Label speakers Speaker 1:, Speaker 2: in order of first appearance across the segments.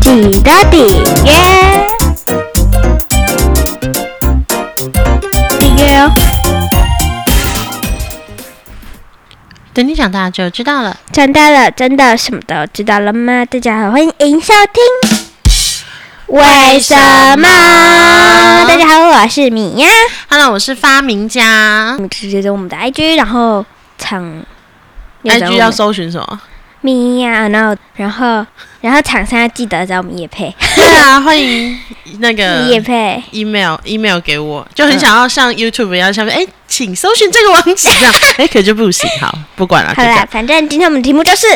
Speaker 1: 记得订阅，订阅哦。
Speaker 2: 等你长大就知道了。
Speaker 1: 长大了，真的什么都知道了吗？大家好，欢迎收听。为什么？大家好，我是米呀。
Speaker 2: Hello，我是发明家
Speaker 1: 我。们直接着我们的 IG，然后厂
Speaker 2: IG 要搜寻什 么？
Speaker 1: 米呀，然后然后然后厂商要记得找我们叶配，
Speaker 2: 对啊，欢迎那个
Speaker 1: 叶配。
Speaker 2: email email 给我，就很想要像
Speaker 1: 嗯
Speaker 2: YouTube 一样，下面哎，请搜寻这个网 址这样，哎，可就不行。好，不管了，啊就
Speaker 1: 好
Speaker 2: 这
Speaker 1: 啦
Speaker 2: 样，。
Speaker 1: 反正今天我们的题目就是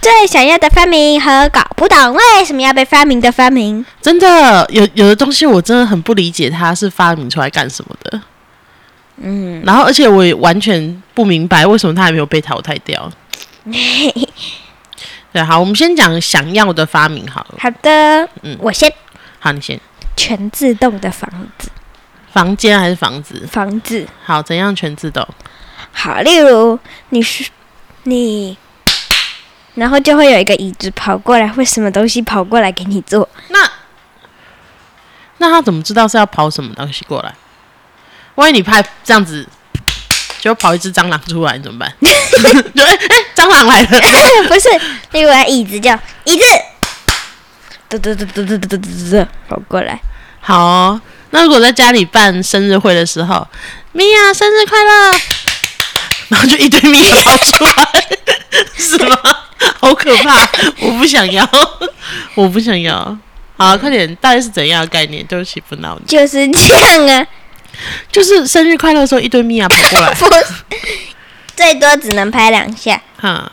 Speaker 1: 最想要的发明和搞不懂为什么要被发明的发明。
Speaker 2: 真的有有的东西我真的很不理解，它是发明出来干什么的？
Speaker 1: 嗯，
Speaker 2: 然后，而且我也完全不明白为什么它还没有被淘汰 掉。对，好，我们先讲想要的发明好了。
Speaker 1: 好的，
Speaker 2: 嗯
Speaker 1: 我先
Speaker 2: 好，你先。
Speaker 1: 全自动的房子，
Speaker 2: 房间还是房子？
Speaker 1: 房子
Speaker 2: 好，怎样全自动？
Speaker 1: 好，例如你是你，然后就会有一个椅子跑过来，会什么东西跑过来给你坐，
Speaker 2: 那那他怎么知道是要跑什么东西过来？万一你拍这样子，就跑一只蟑螂出来，你怎么办？ 就哎哎、蟑螂来了！
Speaker 1: 不是？例如啊椅子叫椅子，嘟嘟嘟嘟嘟嘟嘟嘟嘟跑过来，
Speaker 2: 好哦、那如果在家里办生日会的时候，米娅生日快乐，然后就一堆米娅跑出来， 是吗？好可怕！我不想要，我不想要。好，快点，到底是怎样的概念？对不起，不闹你。
Speaker 1: 就是这样啊。
Speaker 2: 就是生日快乐的时候，一堆米娅跑 过来，
Speaker 1: 不是， 最多只能拍两下，
Speaker 2: 哈，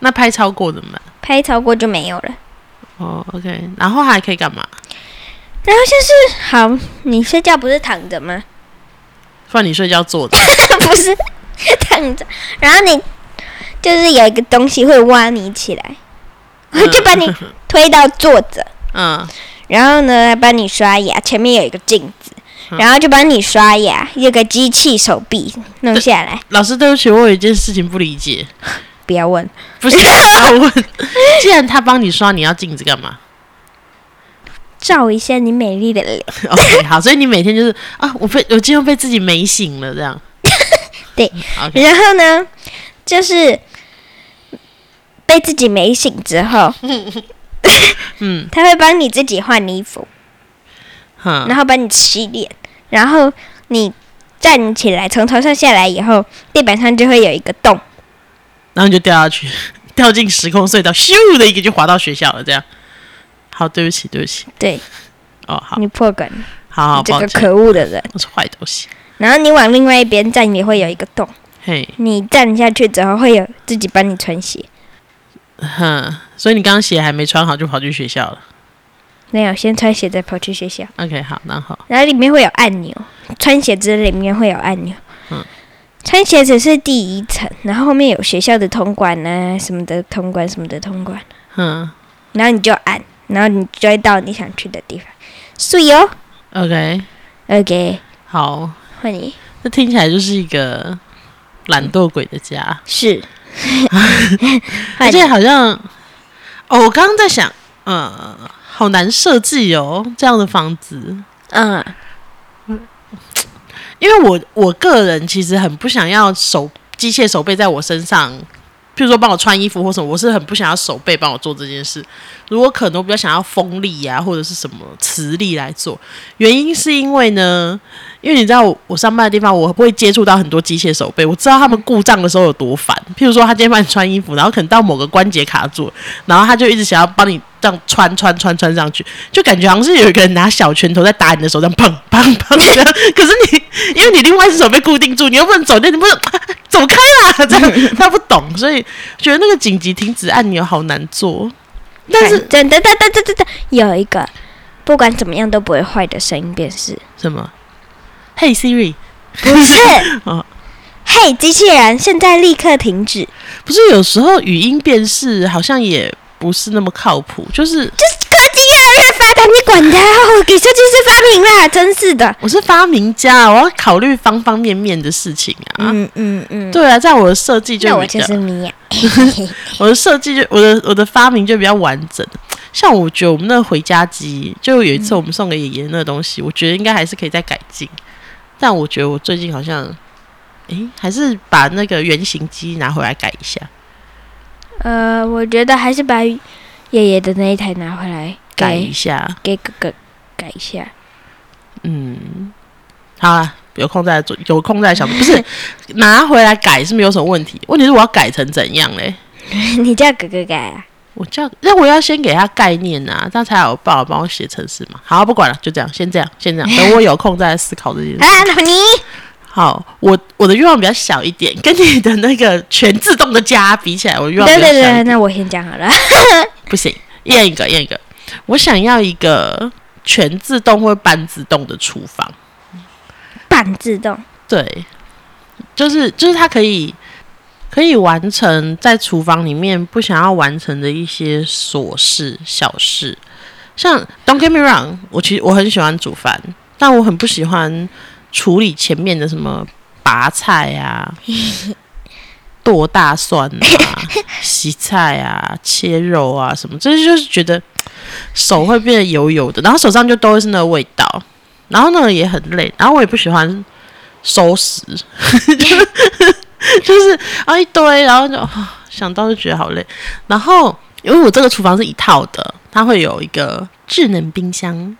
Speaker 2: 那拍超过怎么办？
Speaker 1: 拍超过就没有了。
Speaker 2: 哦，OK，然后还可以干嘛？
Speaker 1: 然后就是，好，你睡觉不是躺着吗？
Speaker 2: 放你睡觉坐着，
Speaker 1: 不是躺着，然后你就是有一个东西会挖你起来，就把 你推到坐着，
Speaker 2: 嗯，
Speaker 1: 然后呢还帮你刷牙，前面有一个镜子，然后就帮你刷牙，有个机器手臂弄下来，
Speaker 2: 老师，对不起，我有一件事情不理解，
Speaker 1: 不要问，
Speaker 2: 不 是要问，既然他帮你刷，你要镜子 干嘛
Speaker 1: 照一下你美丽的脸，。
Speaker 2: ？OK，好，所以你每天就是啊，我被我今天被自己美醒了，这样
Speaker 1: 对
Speaker 2: ，OK，
Speaker 1: 然后呢就是被自己美醒之后。
Speaker 2: 嗯，
Speaker 1: 他会帮你自己换衣服，
Speaker 2: 哈，
Speaker 1: 然后帮你洗脸，然后你站起来，从头上下来以后，地板上就会有一个洞，
Speaker 2: 然后你就掉下去， 掉进时空隧道，咻的一个就滑到学校了，这样。好，对不起，对不起，
Speaker 1: 对
Speaker 2: 哦，好，
Speaker 1: 你破梗，
Speaker 2: 好好，
Speaker 1: 你这
Speaker 2: 抱
Speaker 1: 个
Speaker 2: 歉，
Speaker 1: 可恶的人。
Speaker 2: 我是坏东西，
Speaker 1: 然后你往另外一边站也会有一个洞，
Speaker 2: 嘿，
Speaker 1: 你站下去之后会有自己帮你穿鞋，
Speaker 2: 哼，所以你刚刚鞋还没穿好就跑去学校了。
Speaker 1: 没有先穿鞋再跑去学校，
Speaker 2: OK，好，那好，
Speaker 1: 然后里面会有按钮，穿鞋子里面会有按钮。
Speaker 2: 嗯
Speaker 1: 穿鞋子是第一层，然后后面有学校的通关啊，什么的通关，什么的通关。
Speaker 2: 嗯
Speaker 1: 然后你就按，然后你就会到你想去的地方。素游
Speaker 2: ，OK，
Speaker 1: ，OK，
Speaker 2: 好，
Speaker 1: 换你
Speaker 2: 这听起来就是一个懒惰鬼的家，
Speaker 1: 是，
Speaker 2: 而
Speaker 1: 换
Speaker 2: 且
Speaker 1: 你
Speaker 2: 好像，哦，我刚刚在想，呃，好难设计哦，这样的房子，
Speaker 1: 嗯，
Speaker 2: 因为我我个人其实很不想要手机械手背在我身上，譬如说帮我穿衣服或什么，我是很不想要手背帮我做这件事。如果可能，我比较想要风力啊，或者是什么磁力来做。原因是因为呢，因为你知道我我上班的地方，我会接触到很多机械手背，我知道他们故障的时候有多烦。譬如说，他今天帮你穿衣服，然后可能到某个关节卡住了，然后他就一直想要帮你这样穿穿穿穿上去，就感觉好像是有一个人拿小拳头在打你的手，这样砰砰砰这样。可是你因为你另外一只手被固定住，你又不能走那你不能啊走开啦，这样他不懂，所以觉得那个紧急停止按钮好难做。但是
Speaker 1: 真的，哒哒哒哒哒，有一个不管怎么样都不会坏的声音辨识，
Speaker 2: 什么？Hey Siri，
Speaker 1: 不是
Speaker 2: 哦，
Speaker 1: 嘿，机器人，现在立刻停止，
Speaker 2: 不是有时候语音辨识好像也不是那么靠谱，就是
Speaker 1: 就是科技越来越发达，懒得管它，我给设计师发明啦，真是的。
Speaker 2: 我是发明家，我要考虑方方面面的事情啊。
Speaker 1: 嗯嗯嗯，
Speaker 2: 对啊，在我的设计就
Speaker 1: 那我
Speaker 2: 比
Speaker 1: 就
Speaker 2: 较
Speaker 1: 是米啊娅。
Speaker 2: 我的设计就我的我的发明就比较完整。像我觉得我们那个回家机，就有一次我们送给爷爷那个东西，我觉得应该还是可以再改进。但我觉得我最近好像，诶，还是把那个原型机拿回来改一下，
Speaker 1: 呃，我觉得还是把爷爷的那一台拿回来
Speaker 2: 改一
Speaker 1: 给
Speaker 2: 下。
Speaker 1: 给哥哥改一下。
Speaker 2: 嗯，好啦，有空再做，有空再想。不 是拿回来改是没有什么问题，问题是我要改成怎样嘞？
Speaker 1: 你叫哥哥改啊？
Speaker 2: 我叫，那我要先给他概念啊，这样才有办法帮我写程式嘛。好，不管了，就这样，先这样，先这样，等我有空再来思考这件事。
Speaker 1: 啊，老尼，
Speaker 2: 好，我我的愿望比较小一点，跟你的那个全自动的家比起来，我的愿望
Speaker 1: 对
Speaker 2: 比较小
Speaker 1: 对
Speaker 2: 一点。
Speaker 1: 对，那我先讲好了。
Speaker 2: 不行，验一个，验一个。我想要一个全自动或半自动的厨房。
Speaker 1: 半自动，
Speaker 2: 对，就是就是它可以可以完成在厨房里面不想要完成的一些琐事小事，像 Don't get me wrong，我其实我很喜欢煮饭，但我很不喜欢处理前面的什么拔菜啊。剁大蒜啊，洗菜啊，切肉啊，什么，这就是觉得手会变得油油的，然后手上就都是那个味道，然后那个也很累，然后我也不喜欢收拾， 就是啊一堆，然后就、啊想到就觉得好累。然后因为我这个厨房是一套的，它会有一个智能冰箱。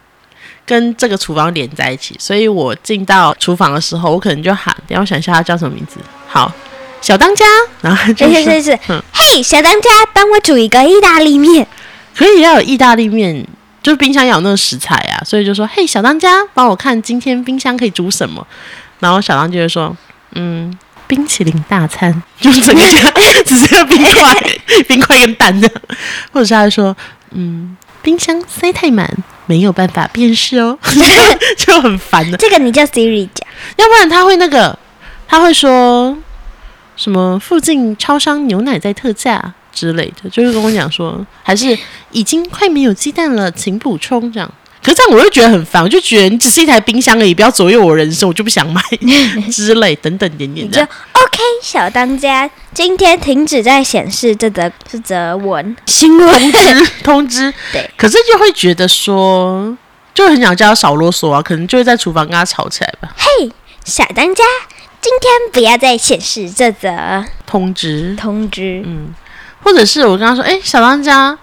Speaker 2: 跟这个厨房连在一起，所以我进到厨房的时候，我可能就喊，等一下我想一下它叫什么名字。好，小当家，然后它就是是
Speaker 1: 哎是是，
Speaker 2: 嗯
Speaker 1: 嘿，小当家，帮我煮一个意大利 面。
Speaker 2: 可以要有意大利面，就是冰箱要有那个食材啊，所以就说：“嘿，小当家，帮我看今天冰箱可以煮什么。”然后小当就会说：“嗯，冰淇淋大餐，就是整个家只剩下冰块、冰块跟蛋这样，或者是他会说：嗯，冰箱塞太满，没有办法辨识哦， 就就很烦的。
Speaker 1: 这个你叫 Siri 讲，
Speaker 2: 要不然他会那个，他会说什么附近超商牛奶在特价之类的，就是跟我讲说，还是已经快没有鸡蛋了，请补充这样。可是这样我就觉得很烦，我就觉得你只是一台冰箱而已，不要左右我人生，我就不想买之类等等点
Speaker 1: 你
Speaker 2: 点
Speaker 1: 就
Speaker 2: 的。
Speaker 1: OK，小当家，今天停止在显示这则这则文新闻。
Speaker 2: 通知，
Speaker 1: 对，
Speaker 2: 可是就会觉得说，就很想叫他少啰嗦啊，可能就会在厨房跟他吵起来吧。
Speaker 1: 嘿， 小当家，今天不要再显示这则
Speaker 2: 通知，
Speaker 1: 通知。
Speaker 2: 嗯，或者是我跟他说，哎、小当家，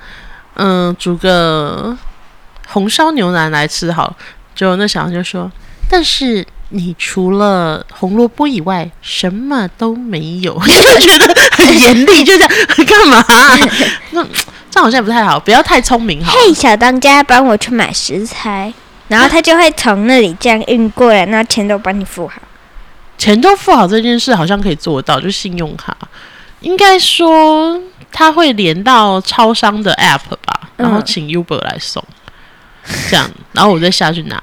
Speaker 2: 嗯、煮个红烧牛腩来吃好了。结果那小当就说，但是你除了红萝卜以外，什么都没有， 就觉得很严厉，就这样 干嘛啊、那这样好像也不太好，不要太聪明好了。
Speaker 1: 嘿，小当家，帮我去买食材，然后他就会从那里这样运过来，那钱都帮你付好。
Speaker 2: 钱都付好这件事好像可以做到，就信用卡，应该说它会连到超商的 app 吧，
Speaker 1: 嗯
Speaker 2: 然后请 Uber 来送，这样，然后我再下去拿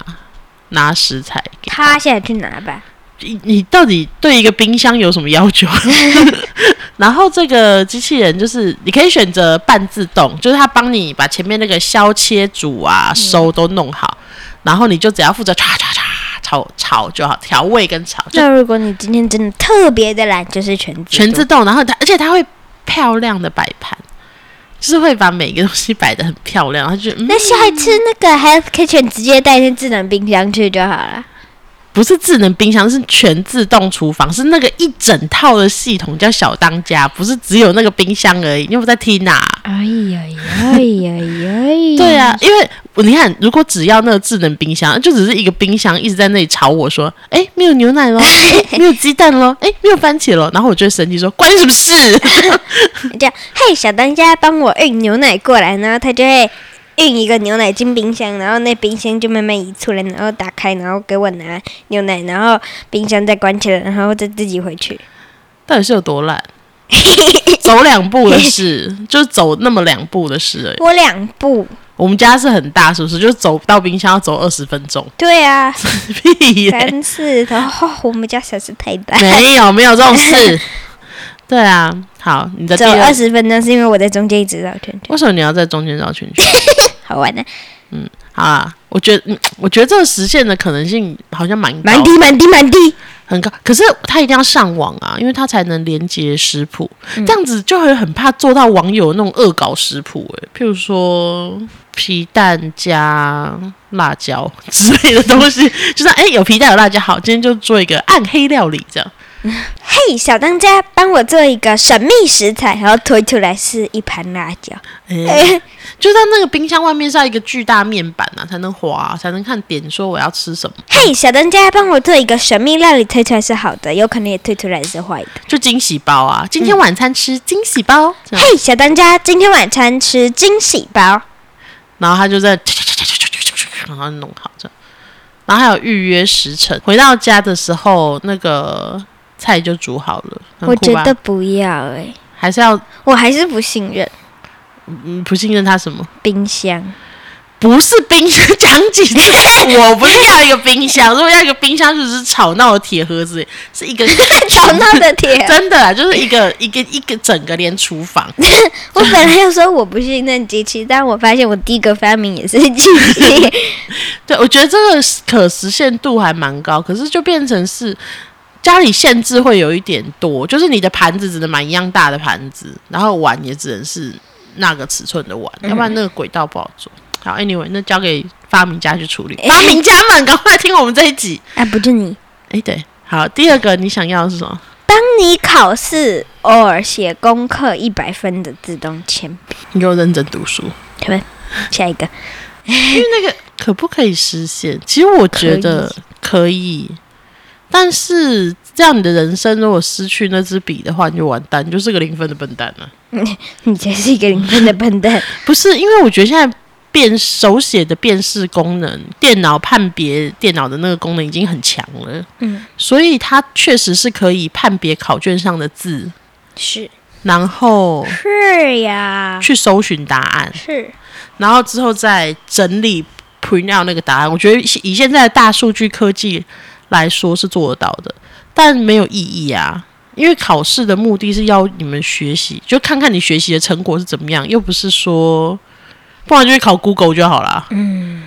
Speaker 2: 拿食材给
Speaker 1: 趴下去拿吧。
Speaker 2: 你。你到底对一个冰箱有什么要求？然后这个机器人就是你可以选择半自动，就是它帮你把前面那个削、切、煮啊、收都弄好，然后你就只要负责唰唰唰炒炒就好，调味跟炒就
Speaker 1: 那如果你今天真的特别的懒，就是全自
Speaker 2: 全
Speaker 1: 动
Speaker 2: 自动，然后它而且它会漂亮的摆盘，就是会把每个东西摆的很漂亮，然后就嗯，
Speaker 1: 那下一次那个 Health Kitchen 直接带进智能冰箱去就好了。
Speaker 2: 不是智能冰箱，是全自动厨房，是那个一整套的系统叫小当家，不是只有那个冰箱而已。你有没有在听啊？
Speaker 1: 哎呀呀呀哎 呀！
Speaker 2: 对，啊，因为我你看，如果只要那个智能冰箱，就只是一个冰箱一直在那里吵我说，哎，没有牛奶咯，诶没有鸡蛋咯，哎，没有番茄咯，然后我就会生气说，关你什么事？
Speaker 1: 这样，嘿，小当家帮我运牛奶过来，然后他就会运一个牛奶进冰箱，然后那冰箱就慢慢移出来，然后打开，然后给我拿牛奶，然后冰箱再关起来，然后再自己回去。
Speaker 2: 到底是有多懒？ 走两步的事， 就是走那么两步的事而已。
Speaker 1: 我两步，
Speaker 2: 我们家是很大，是不是？就是走到冰箱要走二十分 钟，
Speaker 1: 对啊，
Speaker 2: 屁、耶
Speaker 1: 三次，然后我们家小事太大。
Speaker 2: 没有没有这种 事。对啊，好，你的第
Speaker 1: 走二
Speaker 2: 二，
Speaker 1: 十分钟是因为我在中间一直绕圈圈，
Speaker 2: 为什么你要在中间绕圈圈？
Speaker 1: 好玩的、
Speaker 2: 哎、好啦，我觉得，嗯，我觉得这个实现的可能性好像蛮高
Speaker 1: 满地满地满地，
Speaker 2: 很高，可是他一定要上网啊，因为他才能连接食谱，这样子就会很怕做到网友那种恶搞食谱、欸，譬如说皮蛋加辣椒之类的东西， 就是哎、欸有皮蛋有辣椒，好，今天就做一个暗黑料理这样。
Speaker 1: 嘿，小当家帮我做一个神秘食材，然后推出来是一盘辣椒，
Speaker 2: 哎、就是它那个冰箱外面是要一个巨大面板啊，才能滑、才能看点说我要吃什么，
Speaker 1: 嘿，小当家帮我做一个神秘料理，推出来是好的，有可能也推出来是坏的。
Speaker 2: 就惊喜包啊，今天晚餐吃惊喜包，这样
Speaker 1: 嘿，小当家，今天晚餐吃惊喜包，
Speaker 2: 然后他就在，然后弄好这样，然后还有预约时辰。回到家的时候，那个菜就煮好了。很
Speaker 1: 我
Speaker 2: 酷
Speaker 1: 觉
Speaker 2: 吧
Speaker 1: 得不要哎、
Speaker 2: 还是要、
Speaker 1: 我还是不信任
Speaker 2: 嗯、不信任他什么？
Speaker 1: 冰箱。
Speaker 2: 不是冰箱，讲几次？ 我不是要一个冰箱， 如果要一个冰箱，就是吵闹的铁盒子，是一个
Speaker 1: 吵闹的铁，
Speaker 2: 真的啦，啊就是一个一个一个整个连厨房，
Speaker 1: 我本来要说我不信任机器，但我发现我第一个发明也是机器。
Speaker 2: 对，我觉得这个可实现度还蛮高，可是就变成是家里限制会有一点多，就是你的盘子只能买一样大的盘子，然后碗也只能是那个尺寸的碗，要不然那个轨道不好做。好，anyway，那交给发明家去处理。发明家们，赶快听我们这一集。
Speaker 1: 啊，不就你？
Speaker 2: 哎，对，好，第二个你想要的是什么？
Speaker 1: 当你考试偶尔写功课一百分的自动铅笔。
Speaker 2: 你给我认真读书，
Speaker 1: 下一个，
Speaker 2: 因为那个可不可以实现？其实我觉得可以，但是这样你的人生如果失去那支笔的话，你就完蛋，你就是个零分的笨蛋了、
Speaker 1: 你才是一个零分的笨蛋。
Speaker 2: 不是，因为我觉得现在辨手写的辨识功能，电脑判别电脑的那个功能已经很强了，
Speaker 1: 嗯，
Speaker 2: 所以它确实是可以判别考卷上的字，
Speaker 1: 是
Speaker 2: 然后
Speaker 1: 是呀，
Speaker 2: 去搜寻答案，
Speaker 1: 是
Speaker 2: 然后之后再整理 print out 那个答案。我觉得以现在的大数据科技来说是做得到的，但没有意义啊。因为考试的目的是要你们学习，就看看你学习的成果是怎么样，又不是说，不然就去考 Google 就好啦。嗯，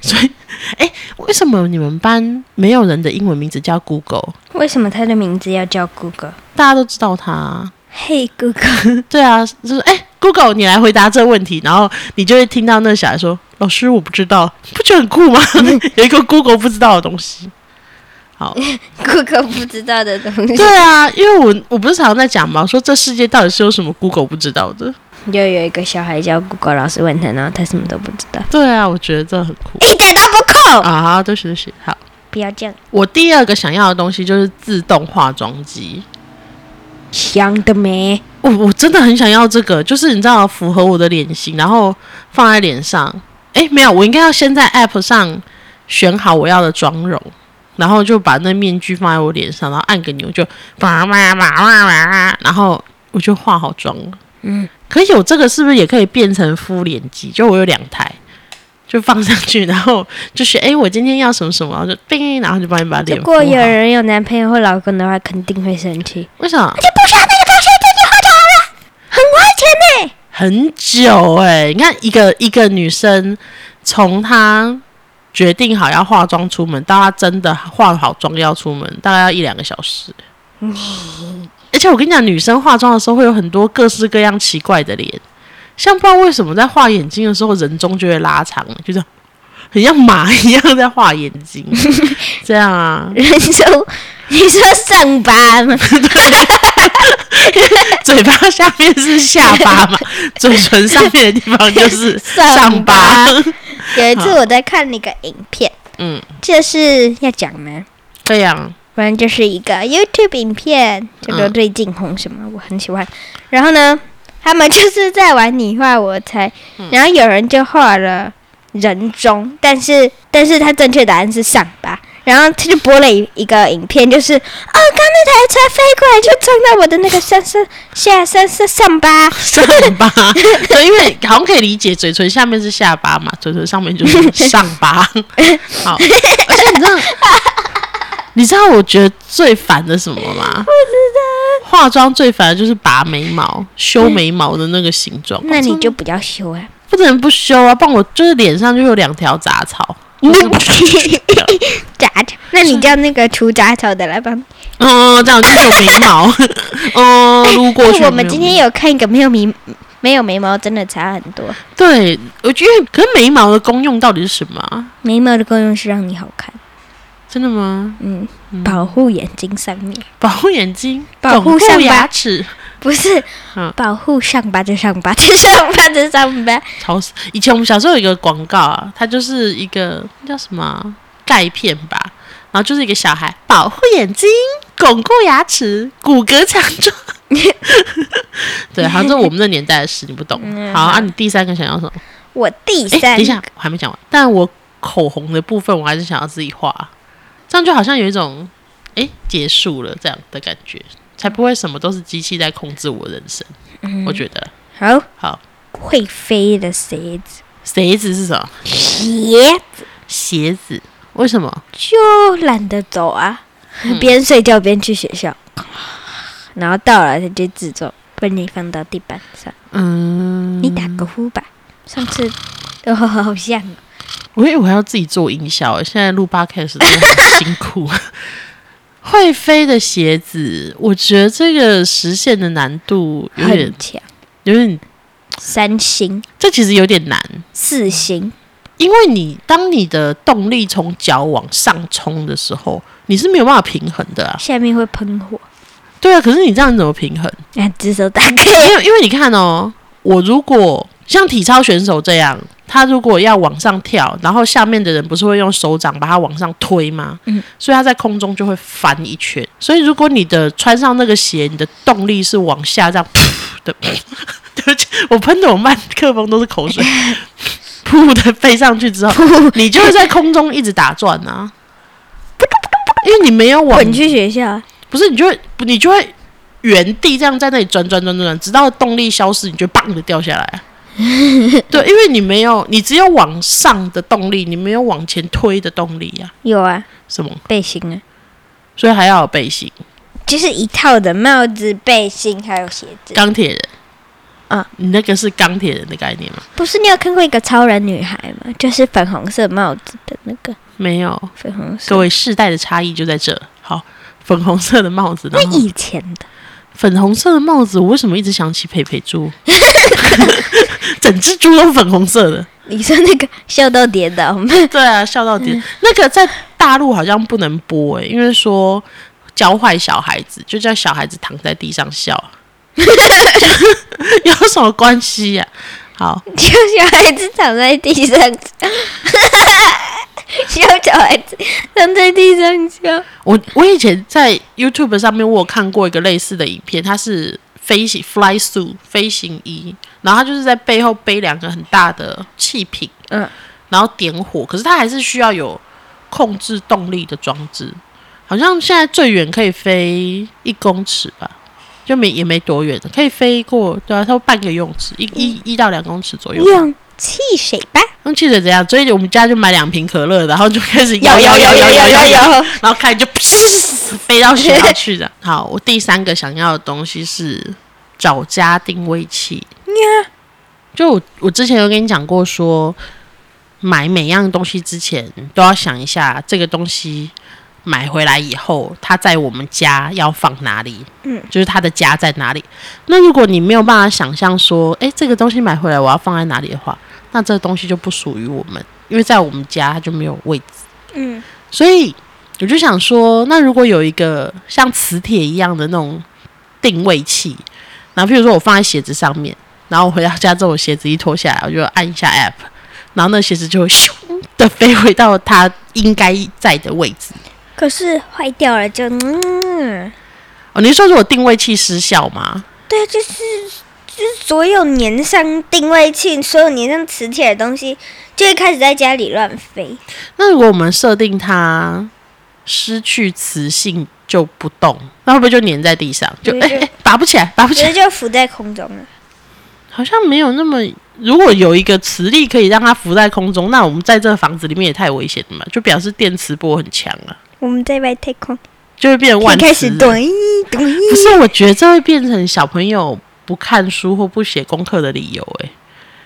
Speaker 2: 所以， 哎，为什么你们班没有人的英文名字叫 Google？
Speaker 1: 为什么他的名字要叫 Google？
Speaker 2: 大家都知道它啊、
Speaker 1: 嘿、Google，
Speaker 2: 对啊，就是哎、g o o g l e 你来回答这个问题，然后你就会听到那个小孩说：“老师，我不知道，不觉得很酷吗？有一个 Google 不知道的东西。”好，
Speaker 1: Google 不知道的东西。
Speaker 2: 对啊，因为我我不是常常在讲嘛，说这世界到底是有什么 Google 不知道的？
Speaker 1: 又有一个小孩叫 Google，老师问他，然后他什么都不知道，
Speaker 2: 对啊，我觉得这很酷
Speaker 1: 一点都不酷。
Speaker 2: 啊！好对不起，对不起，好。
Speaker 1: 不要这样，
Speaker 2: 我第二个想要的东西就是自动化妆机，
Speaker 1: 想得美。
Speaker 2: 我我真的很想要这个，就是你知道符合我的脸型，然后放在脸上。诶，没有，我应该要先在 App 上选好我要的妆容，然后就把那面具放在我脸上，然后按个钮就叭叭叭叭叭，然后我就化好妆了。
Speaker 1: 嗯，
Speaker 2: 可有这个是不是也可以变成敷脸机？就我有两台。就放上去，然后就是诶，我今天要什么什么，然后就叮，然后就帮你把脸
Speaker 1: 如
Speaker 2: 敷好。
Speaker 1: 果有人有男朋友或老公的话，肯定会生气。
Speaker 2: 为什么
Speaker 1: 就不刷那个东西，这就好找了，很花钱呢、
Speaker 2: 很久哎、你看一个一个女生从她决定好要化妆出门，到她真的化好妆要出门，大概要一两个小时。而且我跟你讲，女生化妆的时候会有很多各式各样奇怪的脸，像不知道为什么在画眼睛的时候人中就会拉长，就是很像马一样在画眼睛，这样啊，
Speaker 1: 人说，你说上班 吗？
Speaker 2: 嘴巴下面是下巴嘛，嘴唇上面的地方就是上
Speaker 1: 上巴
Speaker 2: 巴。
Speaker 1: 有一次我在看那个影片，
Speaker 2: 嗯，
Speaker 1: 就是要讲吗？
Speaker 2: 对呀、啊。
Speaker 1: 反正就是一个 YouTube 影片，叫做
Speaker 2: 嗯
Speaker 1: 最近红什么，我很喜欢。然后呢，他们就是在玩你画我猜，
Speaker 2: 嗯
Speaker 1: 然后有人就画了人中，但是但是他正确答案是上巴。然后他就播了一一个影片，就是哦，刚那台车飞过来就撞到我的那个上上下上上上巴，
Speaker 2: 上巴，对，因为好像可以理解，嘴唇下面是下巴嘛，嘴唇上面就是上 巴。好，而且你知道，你知道我觉得最烦的什么吗？化妆最烦的就是拔眉毛、修眉毛的那个形状。
Speaker 1: 那
Speaker 2: 哦
Speaker 1: 你
Speaker 2: 真的
Speaker 1: 就不要修啊，
Speaker 2: 不能不修啊，不然我就是脸上就有两条杂草。就是不
Speaker 1: 杂草，那你叫那个除杂草的来帮你。
Speaker 2: 哦，这样就是有眉 毛，哦，撸过去。
Speaker 1: 我们今天有看一个没有眉没有眉毛，真的差很多。
Speaker 2: 对，我觉得可是眉毛的功用到底是什么啊？
Speaker 1: 眉毛的功用是让你好看，
Speaker 2: 真的吗？
Speaker 1: 嗯，保护眼睛上面，
Speaker 2: 保护眼睛，
Speaker 1: 保护上
Speaker 2: 巩
Speaker 1: 巴
Speaker 2: 固牙齿。
Speaker 1: 不是
Speaker 2: 嗯
Speaker 1: 保护上巴就上巴，就上巴就上巴。
Speaker 2: 超市以前我们小时候有一个广告啊，它就是一个叫什么啊钙片吧，然后就是一个小孩保护眼睛、巩固牙齿、骨骼强 壮。对，好像这是我们那年代的事，你不懂。
Speaker 1: 嗯
Speaker 2: 好，
Speaker 1: 好
Speaker 2: 啊，你第三个想要什么？
Speaker 1: 我第
Speaker 2: 哎，
Speaker 1: 三
Speaker 2: 等一下，我还没讲完。但我口红的部分，我还是想要自己画，这样就好像有一种哎结束了这样的感觉，才不会什么都是机器在控制我人生。
Speaker 1: 嗯
Speaker 2: 我觉得
Speaker 1: 好
Speaker 2: 好。
Speaker 1: 会飞的鞋子，
Speaker 2: 鞋子是什么？
Speaker 1: 鞋
Speaker 2: 鞋子为什么？
Speaker 1: 就懒得走啊，
Speaker 2: 嗯
Speaker 1: 边睡觉边去学校，然后到了他就自作，把你放到地板上。
Speaker 2: 嗯，
Speaker 1: 你打个呼吧，上次哦，好像哦
Speaker 2: 我以为我还要自己做营销，现在录 podcast 真的很辛 苦。会飞的鞋子，我觉得这个实现的难度有点
Speaker 1: 很，强，
Speaker 2: 有点，
Speaker 1: 三星、
Speaker 2: 这其实有点难，
Speaker 1: 四星，
Speaker 2: 因为你当你的动力从脚往上冲的时候，你是没有办法平衡的啊。
Speaker 1: 下面会喷火。
Speaker 2: 对啊，可是你这样怎么平衡？
Speaker 1: 啊，只手打
Speaker 2: 因
Speaker 1: 开，
Speaker 2: 为因为你看哦，我如果像体操选手这样，他如果要往上跳，然后下面的人不是会用手掌把他往上推吗？
Speaker 1: 嗯
Speaker 2: 所以他在空中就会翻一圈。所以如果你的穿上那个鞋，你的动力是往下这样噗的， 对不起，我喷的我麦克风都是口水，噗的飞上去之后，你就会在空中一直打转啊，因为你没有往
Speaker 1: 滚去学校啊。
Speaker 2: 不是，你就会你就会原地这样在那里转转转转转，直到动力消失，你就砰的掉下来。啊对，因为你没有，你只有往上的动力，你没有往前推的动力呀、
Speaker 1: 有啊，
Speaker 2: 什么？
Speaker 1: 背心啊，
Speaker 2: 所以还要有背心。
Speaker 1: 就是一套的帽子、背心还有鞋子。
Speaker 2: 钢铁人
Speaker 1: 啊，
Speaker 2: 你那个是钢铁人的概念吗？
Speaker 1: 不是你有看过一个超人女孩吗？就是粉红色帽子的那个
Speaker 2: 没有，
Speaker 1: 粉红色。
Speaker 2: 各位世代的差异就在这。好，粉红色的帽子，
Speaker 1: 那
Speaker 2: 然后
Speaker 1: 以前的
Speaker 2: 粉红色的帽子，我为什么一直想起佩佩猪？ 整只猪都是粉红色的。
Speaker 1: 你说那个笑到跌倒 吗？
Speaker 2: 对啊，笑到点。那个在大陆好像不能播诶、因为说教坏小孩子，就叫小孩子躺在地上笑， 有什么关系呀、好，
Speaker 1: 就小孩子躺在地上 笑，小小孩子躺在地上笑，
Speaker 2: 我我以前在 YouTube 上面我有看过一个类似的影片，它是飞行 fly suit 飞行衣，然后它就是在背后背两个很大的气瓶，
Speaker 1: 嗯，
Speaker 2: 然后点火，可是它还是需要有控制动力的装置。好像现在最远可以飞一公尺吧，就没也没多远，可以飞过对啊，差不多半个泳池，一一一到两公尺左右。
Speaker 1: 用汽水吧，
Speaker 2: 用汽水怎样？所以我们家就买两瓶可乐，然后就开始摇
Speaker 1: 有
Speaker 2: 摇
Speaker 1: 有
Speaker 2: 摇
Speaker 1: 有
Speaker 2: 摇
Speaker 1: 有
Speaker 2: 摇摇
Speaker 1: 有
Speaker 2: 摇，
Speaker 1: 有，
Speaker 2: 然后开始就飞到学校去的。好，我第三个想要的东西是找家定位器。就我我之前有跟你讲过说买每样东西之前都要想一下这个东西买回来以后，它在我们家要放哪里？
Speaker 1: 嗯，
Speaker 2: 就是它的家在哪里。那如果你没有办法想象说，诶，这个东西买回来我要放在哪里的话，那这个东西就不属于我们，因为在我们家它就没有位置。
Speaker 1: 嗯，
Speaker 2: 所以我就想说，那如果有一个像磁铁一样的那种定位器，然后譬如说我放在鞋子上面，然后我回到家之后，我鞋子一脱下来，我就按一下 app，然后那鞋子就会咻的飞回到它应该在的位置。
Speaker 1: 可是坏掉了就嗯，
Speaker 2: 哦，你是说如果定位器失效吗？
Speaker 1: 对，就是就是所有粘上定位器、所有粘上磁铁的东西，就会开始在家里乱飞。
Speaker 2: 那如果我们设定它失去磁性就不动，那会不会就粘在地上，就
Speaker 1: 对
Speaker 2: 哎、
Speaker 1: 就
Speaker 2: 哎拔不起来，拔不起
Speaker 1: 直
Speaker 2: 来
Speaker 1: 接？就浮在空中了。
Speaker 2: 好像没有那么。如果有一个磁力可以让它浮在空中，那我们在这个房子里面也太危险了嘛，就表示电磁波很强啊，
Speaker 1: 我们在外太空，
Speaker 2: 就会变
Speaker 1: 可以
Speaker 2: 万磁
Speaker 1: 开始
Speaker 2: 人
Speaker 1: 咚咚，
Speaker 2: 不是，我觉得这会变成小朋友不看书或不写功课的理由、欸。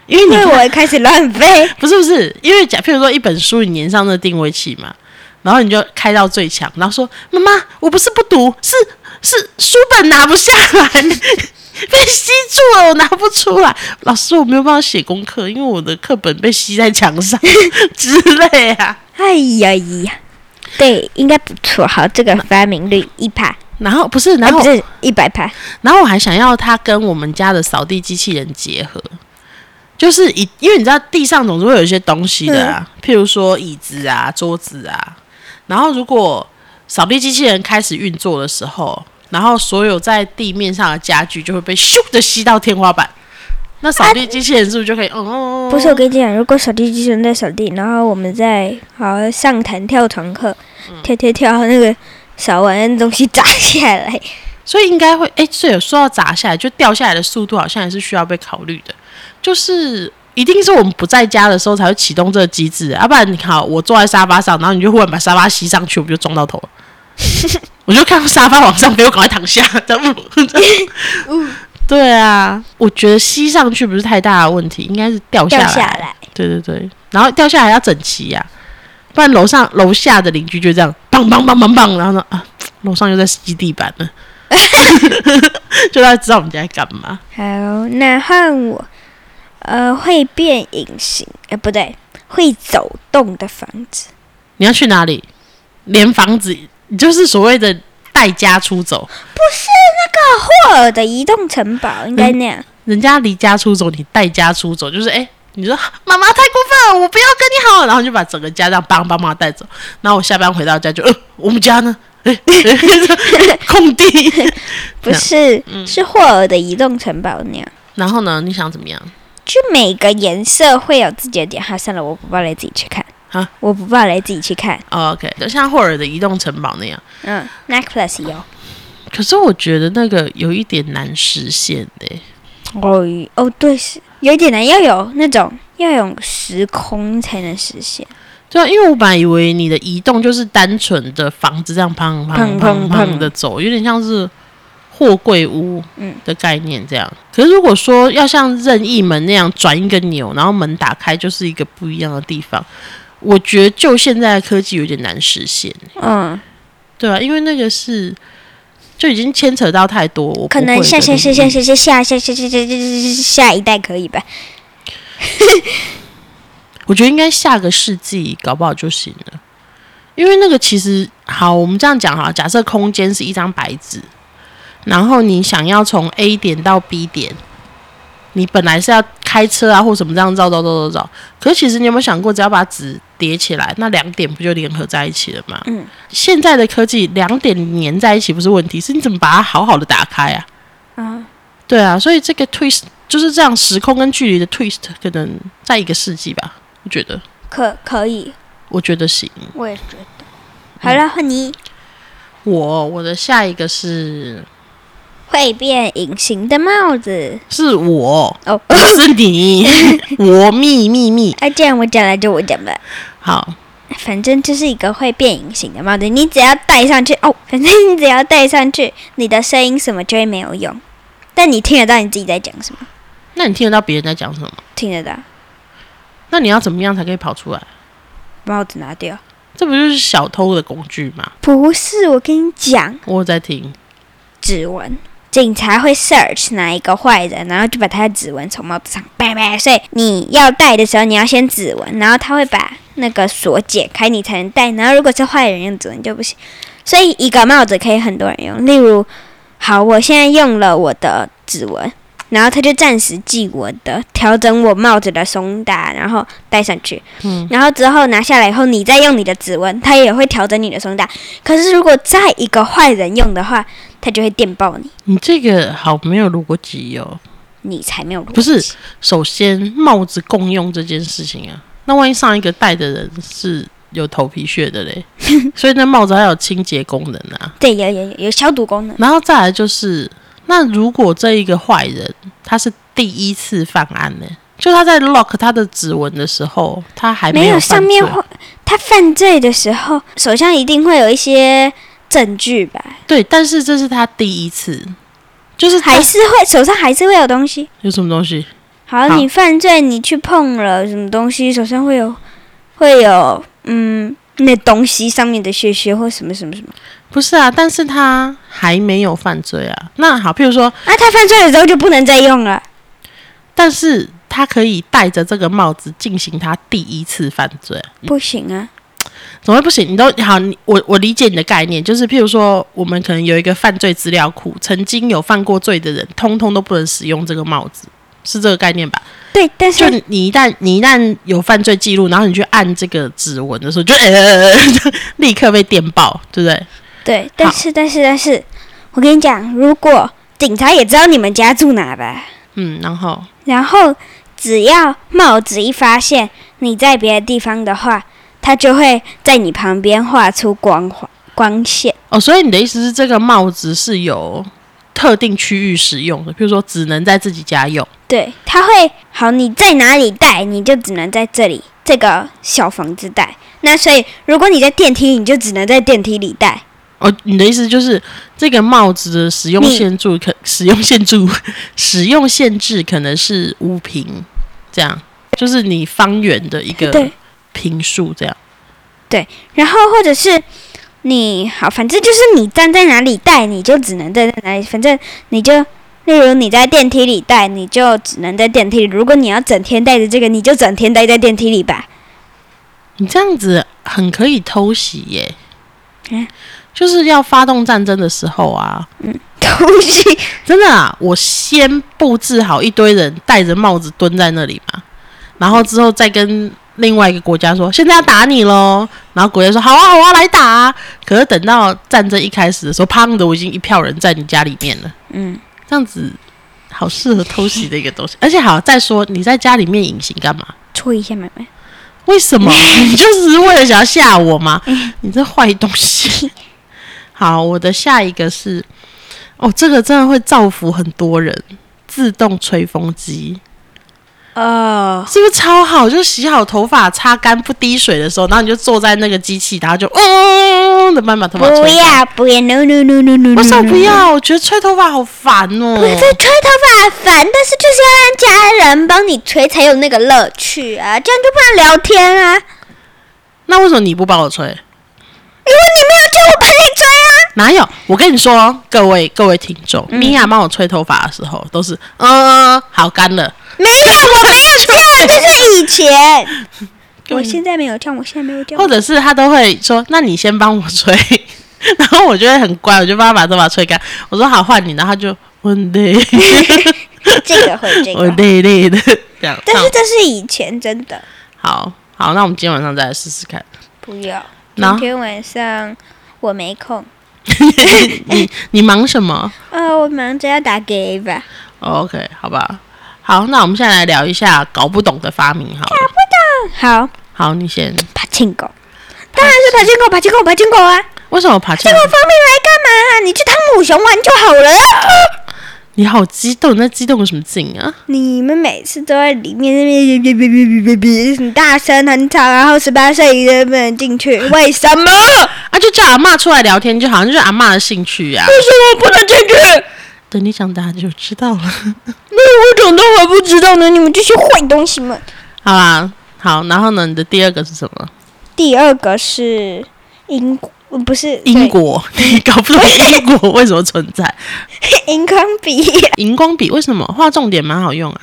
Speaker 2: 因为你
Speaker 1: 因为
Speaker 2: 看
Speaker 1: 我开始乱 飞，
Speaker 2: 不是不是，因为假，譬如说一本书，你粘上那定位器嘛，然后你就开到最强，然后说：“妈妈，我不是不读，是是书本拿不下来， 被吸住了，我拿不出来。老师，我没有办法写功课，因为我的课本被吸在墙上 之类啊。”
Speaker 1: 哎呀呀，对，应该不错，好，这个发明率一趴，
Speaker 2: 然后不是，
Speaker 1: 哎，
Speaker 2: 然后哦
Speaker 1: 不是一百趴，
Speaker 2: 然后我还想要它跟我们家的扫地机器人结合，就是以因为你知道地上总是会有一些东西的啊，譬如说椅子啊、桌子啊。然后如果扫地机器人开始运作的时候，然后所有在地面上的家具就会被咻的吸到天花板。那扫地机器人是不是就可以？哦、
Speaker 1: 不是，我跟你讲，如果扫地机器人在扫地，然后我们在好上弹跳床课，
Speaker 2: 嗯
Speaker 1: 跳跳跳，那个扫完的东西砸下来，
Speaker 2: 所以应该会，哎、所以有说到砸下来，就掉下来的速度好像也是需要被考虑的，就是一定是我们不在家的时候才会启动这个机制，要、不然你好，我坐在沙发上，然后你就忽然把沙发吸上去，我不就撞到头了？我就看到沙发往上飞，我赶快 躺下，这样呜这样
Speaker 1: 嗯
Speaker 2: 对啊，我觉得吸上去不是太大的问题，应该是掉下
Speaker 1: 掉
Speaker 2: 来。
Speaker 1: 下来，
Speaker 2: 对对对，然后掉下来要整齐呀、不然楼上楼下的邻居就这样棒棒棒棒棒，然后呢啊，楼上又在吸地板了， 就大家知道我们家在干嘛。
Speaker 1: 好，那换我，呃，会变隐形，呃，不对，会走动的房子，
Speaker 2: 你要去哪里？连房子，就是所谓的带家出走，
Speaker 1: 霍尔的移动城堡应该那样，
Speaker 2: 人家离家出走，你带家出走，就是哎。你说妈妈太过分了，我不要跟你好，然后你就把整个家这样帮帮忙带走。然后我下班回到家就，呃，我们家呢？哎、哎空地。
Speaker 1: 不是，是霍尔的移动城堡那样。
Speaker 2: 然后呢？你想怎么样？
Speaker 1: 就每个颜色会有自己的点。哈，算了，我不报雷，自己去看。
Speaker 2: 啊，
Speaker 1: 我不报雷，自己去看。
Speaker 2: 哦 OK，就像霍尔的移动城堡那样。
Speaker 1: 嗯，Mac Plus 有。
Speaker 2: 可是我觉得那个有一点难实现欸的、
Speaker 1: 哦哦，对，是有一点啊难，要有那种要有时空才能实现。
Speaker 2: 对啊，因为我本来以为你的移动就是单纯的房子这样砰砰
Speaker 1: 砰
Speaker 2: 砰
Speaker 1: 砰
Speaker 2: 砰
Speaker 1: 砰
Speaker 2: 的走，有点像是货柜屋
Speaker 1: 嗯
Speaker 2: 的概念这样。可是如果说要像任意门那样转一个钮，然后门打开就是一个不一样的地方，我觉得就现在的科技有点难实现。
Speaker 1: 嗯，
Speaker 2: 对啊，因为那个是就已经牵扯到太多，我不
Speaker 1: 可能
Speaker 2: 会
Speaker 1: 下
Speaker 2: 的
Speaker 1: 下
Speaker 2: 东
Speaker 1: 下
Speaker 2: 西
Speaker 1: 下下下下下下下下下下一代可以吧？
Speaker 2: 我觉得应该下个世纪搞不好就行了，因为那个其实好，我们这样讲哈，假设空间是一张白纸，然后你想要从 A 点到 B 点，你本来是要开车啊或什么这样绕绕绕绕绕，可是其实你有没有想过，只要把纸叠起来，那两点不就联合在一起了吗？
Speaker 1: 嗯，
Speaker 2: 现在的科技两点粘在一起不是问题，是你怎么把它好好的打开啊？
Speaker 1: 啊，
Speaker 2: 对啊，所以这个 twist 就是这样，时空跟距离的 twist 可能在一个世纪吧，我觉得。
Speaker 1: 可可以，
Speaker 2: 我觉得行。
Speaker 1: 我也觉得。好了，换你。
Speaker 2: 我我的下一个是
Speaker 1: 会变隐形的帽子
Speaker 2: 是我，
Speaker 1: 哦。
Speaker 2: 不 是你， 我秘密密。
Speaker 1: 啊，这样我讲来就我讲吧。
Speaker 2: 好，
Speaker 1: 反正就是一个会变隐形的帽子，你只要戴上去哦，反正你只要戴上去，你的声音什么就会没有用，但你听得到你自己在讲什么，
Speaker 2: 那你听得到别人在讲什么？
Speaker 1: 听得到。
Speaker 2: 那你要怎么样才可以跑出来？
Speaker 1: 帽子拿掉，
Speaker 2: 这不就是小偷的工具吗？
Speaker 1: 不是我跟你讲，
Speaker 2: 我有在听，
Speaker 1: 指纹，警察会 search 哪一个坏人，然后就把他的指纹从帽子上掰掰，所以你要戴的时候你要先指纹，然后他会把那个锁解开，你才能戴。然后如果是坏人用指纹就不行，所以一个帽子可以很多人用。例如，好，我现在用了我的指纹。然后他就暂时记我的，调整我帽子的松带，然后戴上去。
Speaker 2: 嗯，
Speaker 1: 然后之后拿下来以后，你再用你的指纹，他也会调整你的松带。可是如果再一个坏人用的话，他就会电爆你，
Speaker 2: 你这个好没有逻辑哦。
Speaker 1: 你才没有逻辑
Speaker 2: 不是，首先帽子共用这件事情啊，那万一上一个戴的人是有头皮屑的 嘞，所以那帽子还有清洁功能啊。
Speaker 1: 对，有有有有消毒功能，
Speaker 2: 然后再来就是，那如果这一个坏人他是第一次犯案呢、就他在 lock 他的指纹的时候，他还
Speaker 1: 没
Speaker 2: 有犯
Speaker 1: 上面
Speaker 2: 罪
Speaker 1: 会他犯罪的时候，手上一定会有一些证据 吧，
Speaker 2: 对，但是这是他第一次，就是他
Speaker 1: 还是会手上还是会有东西，
Speaker 2: 有什么东西？
Speaker 1: 好，
Speaker 2: 好
Speaker 1: 你犯罪，你去碰了什么东西，手上会有会有嗯那东西上面的屑屑或什么什么什么。
Speaker 2: 不是啊，但是他还没有犯罪啊。那好，譬如说，
Speaker 1: 啊，他犯罪了之后就不能再用了。
Speaker 2: 但是他可以戴着这个帽子进行他第一次犯罪啊，
Speaker 1: 不行啊，
Speaker 2: 怎么会不行？你都好，你我我理解你的概念，就是譬如说，我们可能有一个犯罪资料库，曾经有犯过罪的人，通通都不能使用这个帽子，是这个概念吧？
Speaker 1: 对，但
Speaker 2: 就是你一旦你一旦有犯罪记录，然后你去按这个指纹的时候，就呃，就立刻被电爆，对不对？
Speaker 1: 对，但是但是但是，我跟你讲，如果警察也知道你们家住哪吧，
Speaker 2: 嗯，然后
Speaker 1: 然后只要帽子一发现你在别的地方的话，他就会在你旁边画出光环光线。
Speaker 2: 哦，所以你的意思是这个帽子是有特定区域使用的，譬如说只能在自己家用。
Speaker 1: 对，他会好，你在哪里戴，你就只能在这里这个小房子戴。那所以，如果你在电梯，你就只能在电梯里戴。
Speaker 2: 哦，你的意思就是这个帽子的使用
Speaker 1: 你
Speaker 2: 限制
Speaker 1: 嗯
Speaker 2: 可使用限制 使用限制可能是五平，这样就是你方圆的一个
Speaker 1: 对
Speaker 2: 平数这样。
Speaker 1: 然后或者是你好，反正就是你站在哪里戴，你就只能站在哪里。反正你就，例如你在电梯里戴，你就只能在电梯里。如果你要整天戴着这个，你就整天待在电梯里吧。
Speaker 2: 你这样子很可以偷袭耶、
Speaker 1: 嗯
Speaker 2: 就是要发动战争的时候啊，
Speaker 1: 东西
Speaker 2: 真的啊，我先布置好一堆人戴着帽子蹲在那里嘛，然后之后再跟另外一个国家说现在要打你喽，然后国家说好啊好啊来打、啊，可是等到战争一开始的时候，砰的我已经一票人在你家里面了，
Speaker 1: 嗯，
Speaker 2: 这样子好适合偷袭的一个东西，而且好再说你在家里面隐形干嘛？
Speaker 1: 戳一下妹妹，
Speaker 2: 为什么？你就是为了想要吓我吗？你这坏东西！好，我的下一个是，哦，这个真的会造福很多人。自动吹风机
Speaker 1: 哦，
Speaker 2: 是不是超好？就洗好头发、擦干不滴水的时候，然后你就坐在那个机器，然后就嗡的慢慢把头
Speaker 1: 不
Speaker 2: 发吹干。
Speaker 1: 要不要，no no no no no，
Speaker 2: 为什么不
Speaker 1: no, no, no？
Speaker 2: 要？我觉得吹头发好烦哦。
Speaker 1: 不是吹头发烦，但是就是要让家人帮你吹才有那个乐趣啊，这样就不能聊天啊。
Speaker 2: 那为什么你不帮我吹？
Speaker 1: 因哎为你没有叫我帮你吹啊。
Speaker 2: 哪有？我跟你说，各位各位听众，米娅帮我吹头发的时候，都是嗯、呃，好干了。
Speaker 1: 没有，我没有这样，这是以前。我
Speaker 2: 根本就
Speaker 1: 现在没有这样，我现在没有这
Speaker 2: 或
Speaker 1: 样。
Speaker 2: 者是他都会说：“那你先帮我吹。” 然后我就会很乖，我就帮他把头发吹干。我说：“好，换你。”然后他就我很累，
Speaker 1: 这个会这
Speaker 2: 我
Speaker 1: 个，
Speaker 2: 累累的这样。
Speaker 1: 但
Speaker 2: 那
Speaker 1: 是这是以前真的
Speaker 2: 好好，那我们今天晚上再来试试看。
Speaker 1: 不要。
Speaker 2: 那
Speaker 1: 今天晚上我没空，
Speaker 2: 你你忙什么
Speaker 1: 呃，我忙着要打给吧。
Speaker 2: 哦？OK，好吧。好，那我们现在来聊一下搞不懂的发明好了。
Speaker 1: 好，
Speaker 2: 好，你先。
Speaker 1: 爬进狗，当然是爬进狗，爬进狗，爬进狗啊！
Speaker 2: 为什么爬进
Speaker 1: 这
Speaker 2: 来
Speaker 1: 个？发明来干嘛、你去汤姆熊玩就好了。
Speaker 2: 你好激动，你在激动个什么劲啊？
Speaker 1: 你们每次都在里面那边别别别别别别，很大声很吵，然后十八岁以人不能进去，为什么？
Speaker 2: 啊，就叫阿嬷出来聊天，就好像就是阿嬷的兴趣呀、啊。
Speaker 1: 为什么不能进去？
Speaker 2: 等你长大就知道了。
Speaker 1: 那我长大还不知道呢，你们这些坏东西们。
Speaker 2: 好啦，好，然后呢？你的第二个是什么？
Speaker 1: 第二个是英国，呃不是
Speaker 2: 英国，你搞不懂英国为什么存在？
Speaker 1: 对 荧光笔，
Speaker 2: 荧光笔为什么画重点蛮好用啊？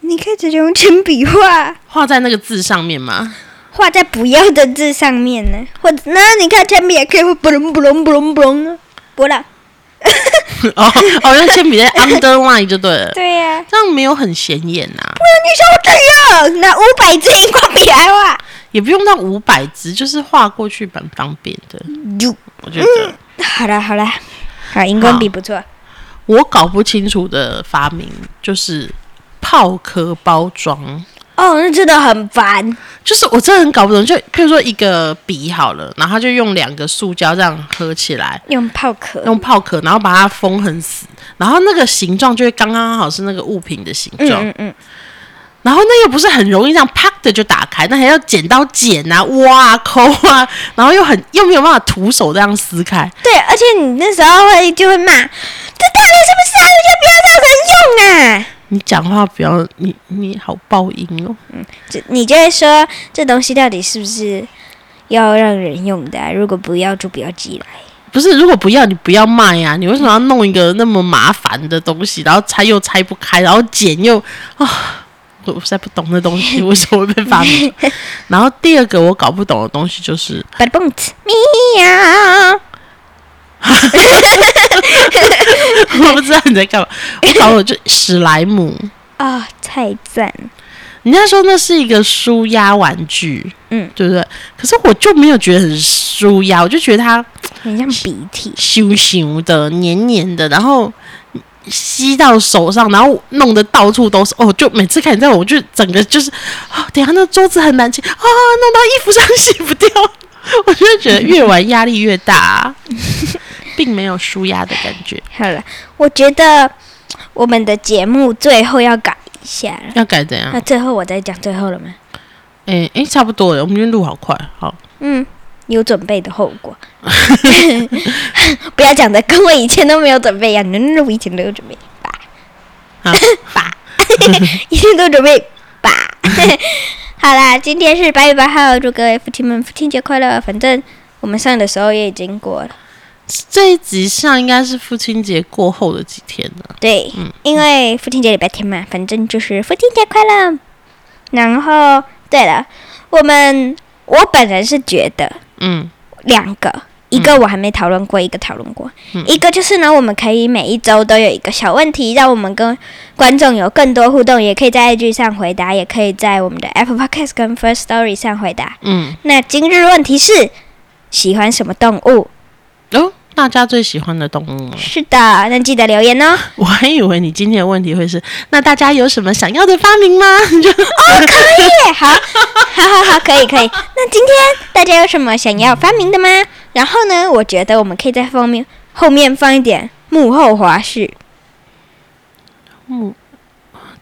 Speaker 1: 你可以直接用铅笔画，
Speaker 2: 画在那个字上面嘛。
Speaker 1: 画在不要的字上面呢，或者那你看铅笔也可以会不隆不隆不隆不隆啊，不 啦， 啊
Speaker 2: 哦哦，用铅笔在 underline 就对了，
Speaker 1: 对呀、
Speaker 2: 这样没有很显眼啊，
Speaker 1: 那你说这样拿五百支荧光笔来画，
Speaker 2: 也不用到五百字，就是画过去蛮方便的。
Speaker 1: 就
Speaker 2: 我觉得
Speaker 1: 好啦好啦，好荧光笔不错，
Speaker 2: 我搞不清楚的发明就是泡壳包装。
Speaker 1: 哦，那真的很烦，
Speaker 2: 就是我真的很搞不懂，就譬如说一个笔好了，然后它就用两个塑胶这样合起来，
Speaker 1: 用泡壳，
Speaker 2: 用泡壳，然后把它封很死，然后那个形状就会刚刚好是那个物品的形
Speaker 1: 嗯
Speaker 2: 状，
Speaker 1: 嗯嗯，
Speaker 2: 然后那个不是很容易这样啪的就打开，那还要剪刀剪啊、挖啊、抠啊，然后又很又没有办法徒手这样撕开，
Speaker 1: 对，而且你那时候会就会骂，这到底是不是啊？人家不要让人用啊？
Speaker 2: 你讲话不要，你你好爆音哦。
Speaker 1: 就你就会说这东西到底是不是要让人用的啊、如果不要就不要寄来。
Speaker 2: 不是，如果不要你不要卖呀、你为什么要弄一个那么麻烦的东西，然后拆又拆不开，然后剪又啊，我我实在不懂的东 西为什么会被发明。然后第二个我搞不懂的东西就是，
Speaker 1: b u t b o o t 喵，
Speaker 2: 我不知道你在干嘛，我搞不懂就史莱姆。
Speaker 1: 啊、太赞！
Speaker 2: 人家说那是一个舒压玩具，
Speaker 1: 嗯，
Speaker 2: 对不对？可是我就没有觉得很舒压，我就觉得它
Speaker 1: 很像鼻涕，
Speaker 2: 咻咻的、黏黏的，然后吸到手上，然后弄得到处都是。哦，就每次看你这样，我就整个就是啊、等一下那桌子很难清啊，弄到衣服上 洗不掉，我就觉得越玩压力越大、 并没有舒压的感觉。
Speaker 1: 好了，我觉得我们的节目最后要改一下了。
Speaker 2: 要改怎样
Speaker 1: 那？最后我再讲最后了吗？
Speaker 2: 哎哎，差不多了，我们今天录好快，好。
Speaker 1: 嗯，有准备的后果。 不要讲的跟我以前都没有准备一样，那我以前都有准备吧，
Speaker 2: 啊
Speaker 1: 吧，以前都准备吧。 好啦，今天是八月八号，祝各位父亲们父亲节快乐。反正我们上的时候也已经过了，
Speaker 2: 这一集上应该是父亲节过后的几天了。
Speaker 1: 对，因为父亲节礼拜天嘛，反正就是父亲节快乐。然后，对了，我们我本人是觉得，
Speaker 2: 嗯，
Speaker 1: 两个，一个我还没讨论过，一个讨论过，一个就是呢，我们可以每一周都有一个小问题，让我们跟观众有更多互动，也可以在 IG 上回答，也可以在我们的 Apple Podcast 跟 First Story 上回答。
Speaker 2: 嗯，
Speaker 1: 那今日问题是喜欢什么动物？
Speaker 2: 哦，大家最喜欢的动物 吗？
Speaker 1: 是的，那记得留言哦。
Speaker 2: 我还以为你今天的问题会是，那大家有什么想要的发明吗？你就
Speaker 1: 对， 好， 好好好，可以可以。那今天大家有什么想要发明的吗？然后呢，我觉得我们可以在后面后面放一点幕后花絮。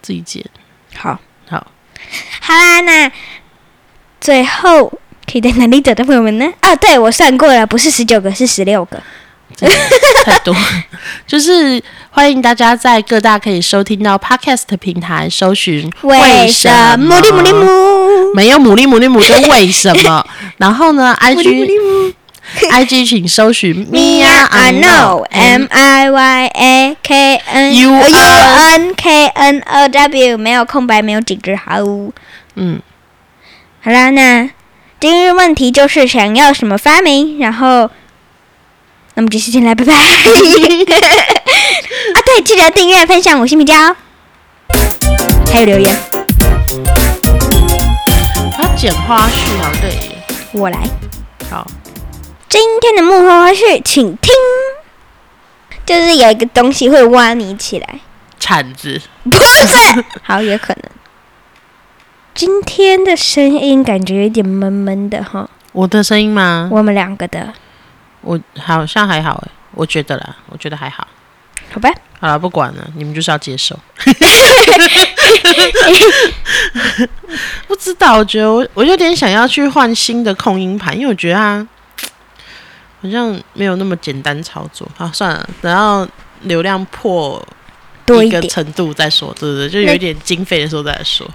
Speaker 2: 自己剪。
Speaker 1: 好。
Speaker 2: 好，
Speaker 1: 好啦，那最后可以在哪里找到我们呢？啊，对我算过了，不是十九个，是十六个。
Speaker 2: 这个太多了， 就是欢迎大家在各大可以收听到 podcast 的平台搜寻
Speaker 1: 什么？哩姆哩姆，
Speaker 2: 没有牡蛎牡蛎母跟为什么？然后呢
Speaker 1: 姆哩姆哩
Speaker 2: ，IG
Speaker 1: 姆。
Speaker 2: IG 请搜寻
Speaker 1: Mia
Speaker 2: Mia
Speaker 1: I know M I Y A K N
Speaker 2: U
Speaker 1: U
Speaker 2: R
Speaker 1: N K N O W，没有空白，没有几只毫无。
Speaker 2: 嗯，
Speaker 1: 好啦，那今日问题就是想要什么发明，然后，那么就先来，拜拜。啊，对，记得订阅、分享，我是米娇，哦还有留言，
Speaker 2: 要剪花絮啊，对耶，
Speaker 1: 我来。
Speaker 2: 好，
Speaker 1: 今天的幕后花絮，请听，就是有一个东西会挖你起来，
Speaker 2: 铲子，
Speaker 1: 不是， 好，也可能。今天的声音感觉有点闷闷的哈，
Speaker 2: 我的声音吗？
Speaker 1: 我们两个的，
Speaker 2: 我好像还好哎，我觉得啦，我觉得还好。
Speaker 1: 好吧？
Speaker 2: 好了，不管了，你们就是要接受。 不知道，我觉得我我有点想要去换新的控音盘，因为我觉得它好像没有那么简单操作。好，算了，等到流量破
Speaker 1: 多一
Speaker 2: 一个
Speaker 1: 点，
Speaker 2: 程度再说，对不对？就有一点经费的时候再来说。